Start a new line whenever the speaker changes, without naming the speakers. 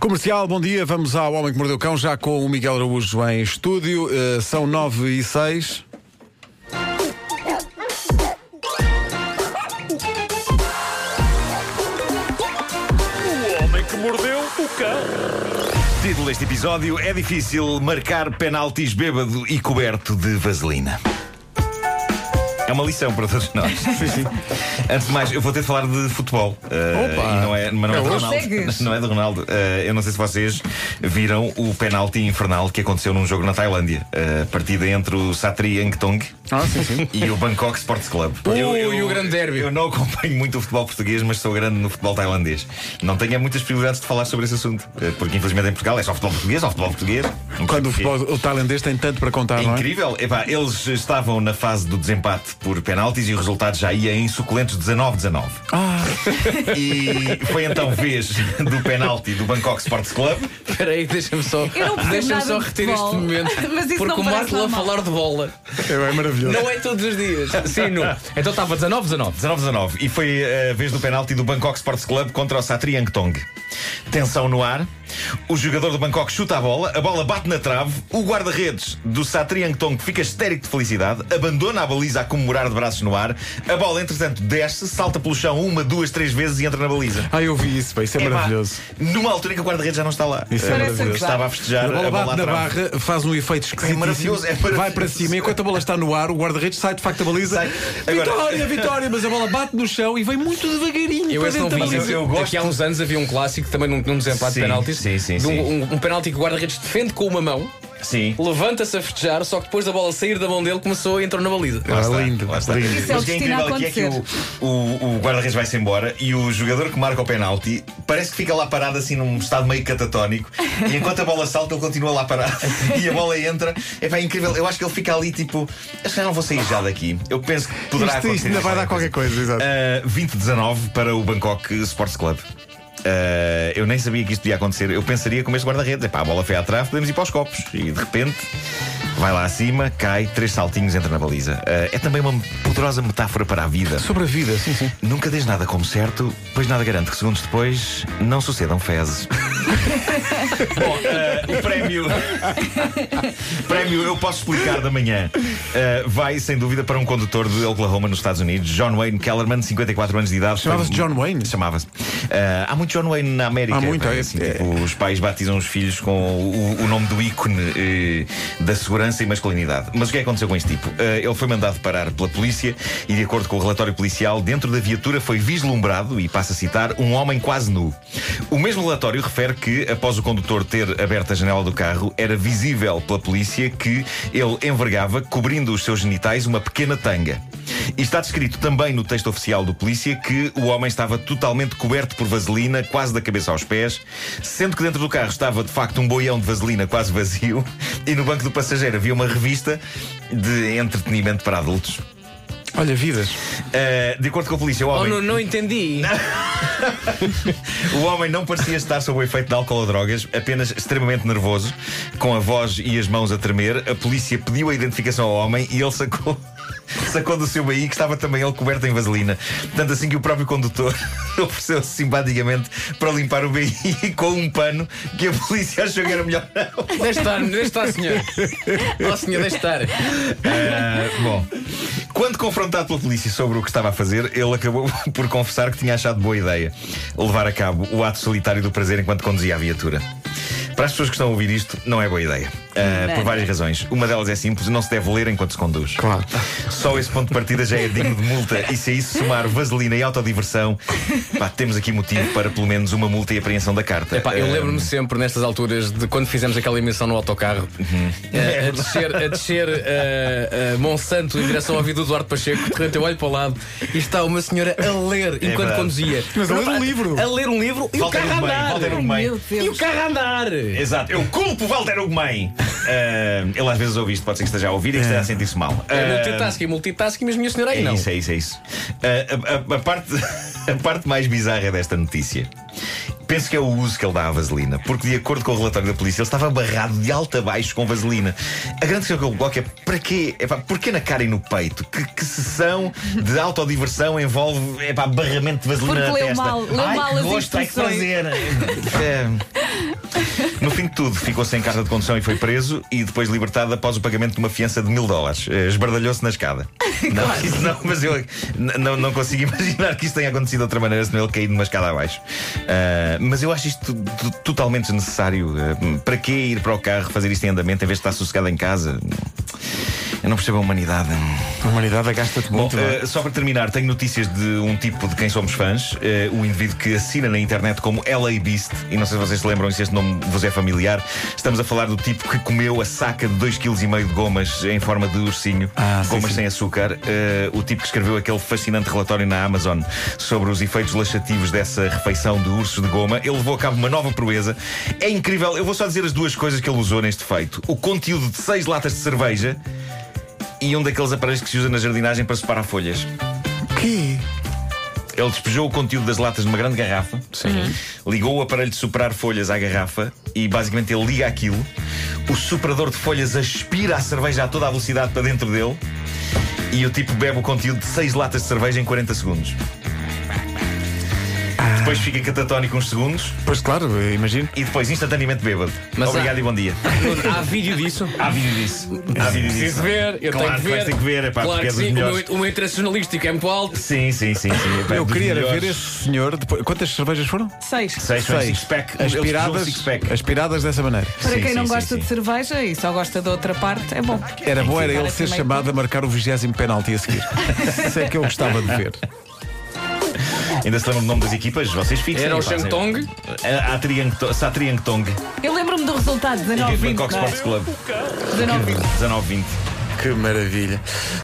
Comercial, bom dia. Vamos ao Homem que Mordeu o Cão, já com o Miguel Araújo em estúdio. Eh, são 9 e 6.
O homem que mordeu o cão.
Título deste episódio é difícil marcar penaltis bêbado e coberto de vaselina. É uma lição para todos nós. Antes de mais, eu vou ter de falar de futebol. Eh,
Opa!
e não é, mas não é, do
hoje.
Ronaldo.
Segues.
Não é do Ronaldo. Eh, eu não sei se vocês viram o penalti infernal que aconteceu num jogo na Tailândia. Eh, partida entre o Satri Angtong
Ah, sim, sim.
e o Bangkok Sports Club.
e o grande derby.
Eu não acompanho muito o futebol português, mas sou grande no futebol tailandês. Não tenho é, muitas possibilidades de falar sobre esse assunto, eh, porque infelizmente em Portugal é só futebol português, só futebol português. Não sei
Quando o,
porquê.
futebol, o tailandês tem tanto para contar,
É
não é?
incrível. Epá, eles estavam na fase do desempate por penaltis e o resultado já ia em suculentos 19-19.
Ah,
E foi então vez do penalti do Bangkok Sports Club.
Espera aí, deixa-me só,
Eu não percebo
deixa-me
nada
só
de
reter este
futebol.
momento.
Mas isso
porque
não
o
parece
Marco lá
normal.
falar de bola
É, é maravilhoso.
não é todos os dias. Sim, não. Então estava 19, 19.
19-19. E foi a vez do penalti do Bangkok Sports Club contra o Satriang Tong. Tensão no ar. O jogador do Bangkok chuta a bola, a bola bate na trave, o guarda-redes do Satriang Tong fica histérico de felicidade, abandona a baliza a comemorar de braços no ar, a bola entretanto desce, salta pelo chão uma, duas, três vezes e entra na baliza.
Ah, eu vi isso, pá, isso é,
Epá,
maravilhoso.
Numa altura em que o guarda-redes já não está lá.
Isso é
Eh,
maravilhoso.
porque Estava a festejar
A bola
à
bate na
trave.
barra, faz um efeito esquisito.
maravilhoso, é maravilhoso.
Vai para cima, enquanto a bola está no ar, o guarda-redes sai de facto da baliza.
Sai. Agora-
Vitória, vitória, mas a bola bate no chão e vem muito devagarinho.
Eu
para
esse não
dentro
vi.
da
eu-
baliza.
eu gosto-
Aqui há uns anos havia um clássico também num, num desempate
Sim,
de penaltis.
sim, sim,
de um,
sim.
Um, um penalti que o guarda-redes defende com uma mão,
Sim.
levanta-se a festejar, só que depois da bola sair da mão dele começou a entrar na baliza.
Ah,
Lá está,
lindo,
lá está.
lindo.
Isso é o
Mas o que é
destino a
incrível aqui é que o, o- o guarda-redes vai-se embora e o jogador que marca o penalti parece que fica lá parado assim num estado meio catatónico e enquanto a bola salta ele continua lá parado e a bola entra. É pá, incrível. Eu acho que ele fica ali tipo, acho que eu não vou sair já daqui. Eu penso que poderá
Isto, isto
acontecer
ainda
esta
vai dar qualquer coisa, exato.
Uh, 2019 para o Bangkok Sports Club. Uh, eu nem sabia que isto podia acontecer. Eu pensaria como este guarda-redes. Epá, a bola foi à trave, podemos ir para os copos. E de repente vai lá acima, cai, três saltinhos, entra na baliza. Uh, é também uma poderosa metáfora para a vida.
Sobre a vida, sim, sim.
Nunca des nada como certo, pois nada garante que segundos depois não sucedam fezes. Bom, eh, o prémio. o prémio eu posso explicar da manhã. Eh, vai, sem dúvida, para um condutor de Oklahoma, nos Estados Unidos, John Wayne Kellerman, 54 anos de idade.
Chamava-se
Foi-
John Wayne?
Chamava-se. Eh, há muito John Wayne na América.
Há muito,
pá,
é,
assim,
é.
tipo, os pais batizam os filhos com o, o nome do ícone eh, da segurança e masculinidade. Mas o que é que aconteceu com este tipo? Eh, ele foi mandado parar pela polícia e, de acordo com o relatório policial, dentro da viatura foi vislumbrado, e passo a citar, um homem quase nu. O mesmo relatório refere que, após o condutor ter aberto a janela do carro, era visível pela polícia que ele envergava, cobrindo os seus genitais, uma pequena tanga. E está descrito também no texto oficial do polícia que o homem estava totalmente coberto por vaselina, quase da cabeça aos pés, sendo que dentro do carro estava de facto um boião de vaselina quase vazio, e no banco do passageiro havia uma revista de entretenimento para adultos.
Olha, vidas.
Ah, de acordo com a polícia, o
Oh,
homem,
não, não entendi.
o homem não parecia estar sob o efeito de álcool ou drogas, apenas extremamente nervoso, com a voz e as mãos a tremer. A polícia pediu a identificação ao homem e ele sacou. Sacou do seu BI que estava também ele coberto em vaselina. Tanto assim que o próprio condutor ofereceu-se simpaticamente para limpar o BI com um pano que a polícia achou que era melhor não.
Deixa estar, deixa estar, senhor. Oh, senhor, deixa estar.
Ah, bom, quando confrontado pela polícia sobre o que estava a fazer, ele acabou por confessar que tinha achado boa ideia levar a cabo o ato solitário do prazer enquanto conduzia a viatura. Para as pessoas que estão a ouvir isto, não é boa ideia. Ah,
Não.
por várias razões. Uma delas é simples: não se deve ler enquanto se conduz.
Claro.
Só esse ponto de partida já é digno de multa. E se a isso somar vaselina e autodiversão, pá, temos aqui motivo para pelo menos uma multa e apreensão da carta.
Epá, eu
Ah,
lembro-me sempre, nestas alturas, de quando fizemos aquela emissão no autocarro,
Uhum. É
eh, a, descer, a descer eh, a Monsanto em direção ao vida do Eduardo Pacheco. De repente eu olho para o lado e está uma senhora a ler enquanto
É verdade.
conduzia.
Mas a ler um livro.
A ler um livro e o
Walter
carro a
Ugumem,
andar.
Walter Ugumem.
Meu
E o
Deus.
carro a andar. É
Exato, eu culpo o Walter Ugumem. Ah, ele às vezes ouve isto, pode ser que esteja a ouvir e que esteja a sentir-se mal.
É
Ah,
multitasking, multitasking, mas minha senhora aí
é
não.
isso, é isso, é isso. Ah, a, a- a parte, a parte mais bizarra desta notícia. Penso que é o uso que ele dá à vaselina, porque de acordo com o relatório da polícia, ele estava barrado de alto a baixo com vaselina. A grande questão que eu coloco é para quê? É pá, porquê na cara e no peito? Que, que sessão de autodiversão envolve é pá, barramento de vaselina
Porque
na
leu
testa?
mal- leu
Ai,
mal
que
as
gosto, ai, que
instruções.
prazer. É, No fim de tudo, ficou sem carta de condução e foi preso e depois libertado após o pagamento de uma fiança de mil dólares. Eh, Esbardalhou-se na escada. Não, isso não, mas eu n- não, não consigo imaginar que isto tenha acontecido de outra maneira senão ele cair numa escada abaixo. Ah, mas eu acho isto t- t- totalmente desnecessário. Ah, para que ir para o carro fazer isto em andamento em vez de estar sossegado em casa? Eu não percebo a humanidade.
A humanidade gasta-te
Bom,
muito. não é?
eh, só para terminar, tenho notícias de um tipo de quem somos fãs, eh, um indivíduo que assina na internet como LA Beast, e não sei se vocês se lembram e se este nome vos é familiar. Estamos a falar do tipo que comeu a saca de 2,5 kg de gomas em forma de ursinho,
Ah, sim,
gomas
sim.
sem açúcar, eh, o tipo que escreveu aquele fascinante relatório na Amazon sobre os efeitos laxativos dessa refeição de ursos de goma. Ele levou a cabo uma nova proeza. É incrível, eu vou só dizer as duas coisas que ele usou neste feito: o conteúdo de seis latas de cerveja e um daqueles aparelhos que se usa na jardinagem para separar folhas.
Que?
Ele despejou o conteúdo das latas numa grande garrafa, ligou o aparelho de superar folhas à garrafa e basicamente ele liga aquilo. O superador de folhas aspira a cerveja a toda a velocidade para dentro dele e o tipo bebe o conteúdo de 6 latas de cerveja em 40 segundos. Depois fica catatónico uns segundos
Pois claro, eu imagino.
e depois instantaneamente bêbado.
Mas
Obrigado
há-
e bom dia.
Há vídeo disso?
Há vídeo disso. Há vídeo disso.
Preciso ver, eu tenho que
Claro que vais
ver.
ter que ver, é pá,
claro
porque
que
é dos
sim, o meu,
melhores.
o meu interesse jornalístico é muito alto.
Sim, sim, sim, sim. Epá,
Eu
dos
queria era ver
melhores.
este senhor. Depois... Quantas cervejas foram?
Seis.
Seis, foi um six-pack. Eles puxam um
Aspiradas,
six-pack.
aspiradas dessa maneira.
Para
Sim,
quem
sim,
não
sim,
gosta
sim.
de cerveja e só gosta da outra parte, é bom.
Era bom era
ficar
ele
assim
ser
meio
chamado a marcar o vigésimo penalti a seguir. Isso é que eu gostava de ver.
Ainda se lembram do nome das equipas? Vocês fixem.
Era o
fazem.
Shangtong?
A, a Triang Tong- Sa Triang Tong.
Eu lembro-me do resultado, 19-20.
Bangkok Sports Club.
19-20.
19-20.
Que maravilha.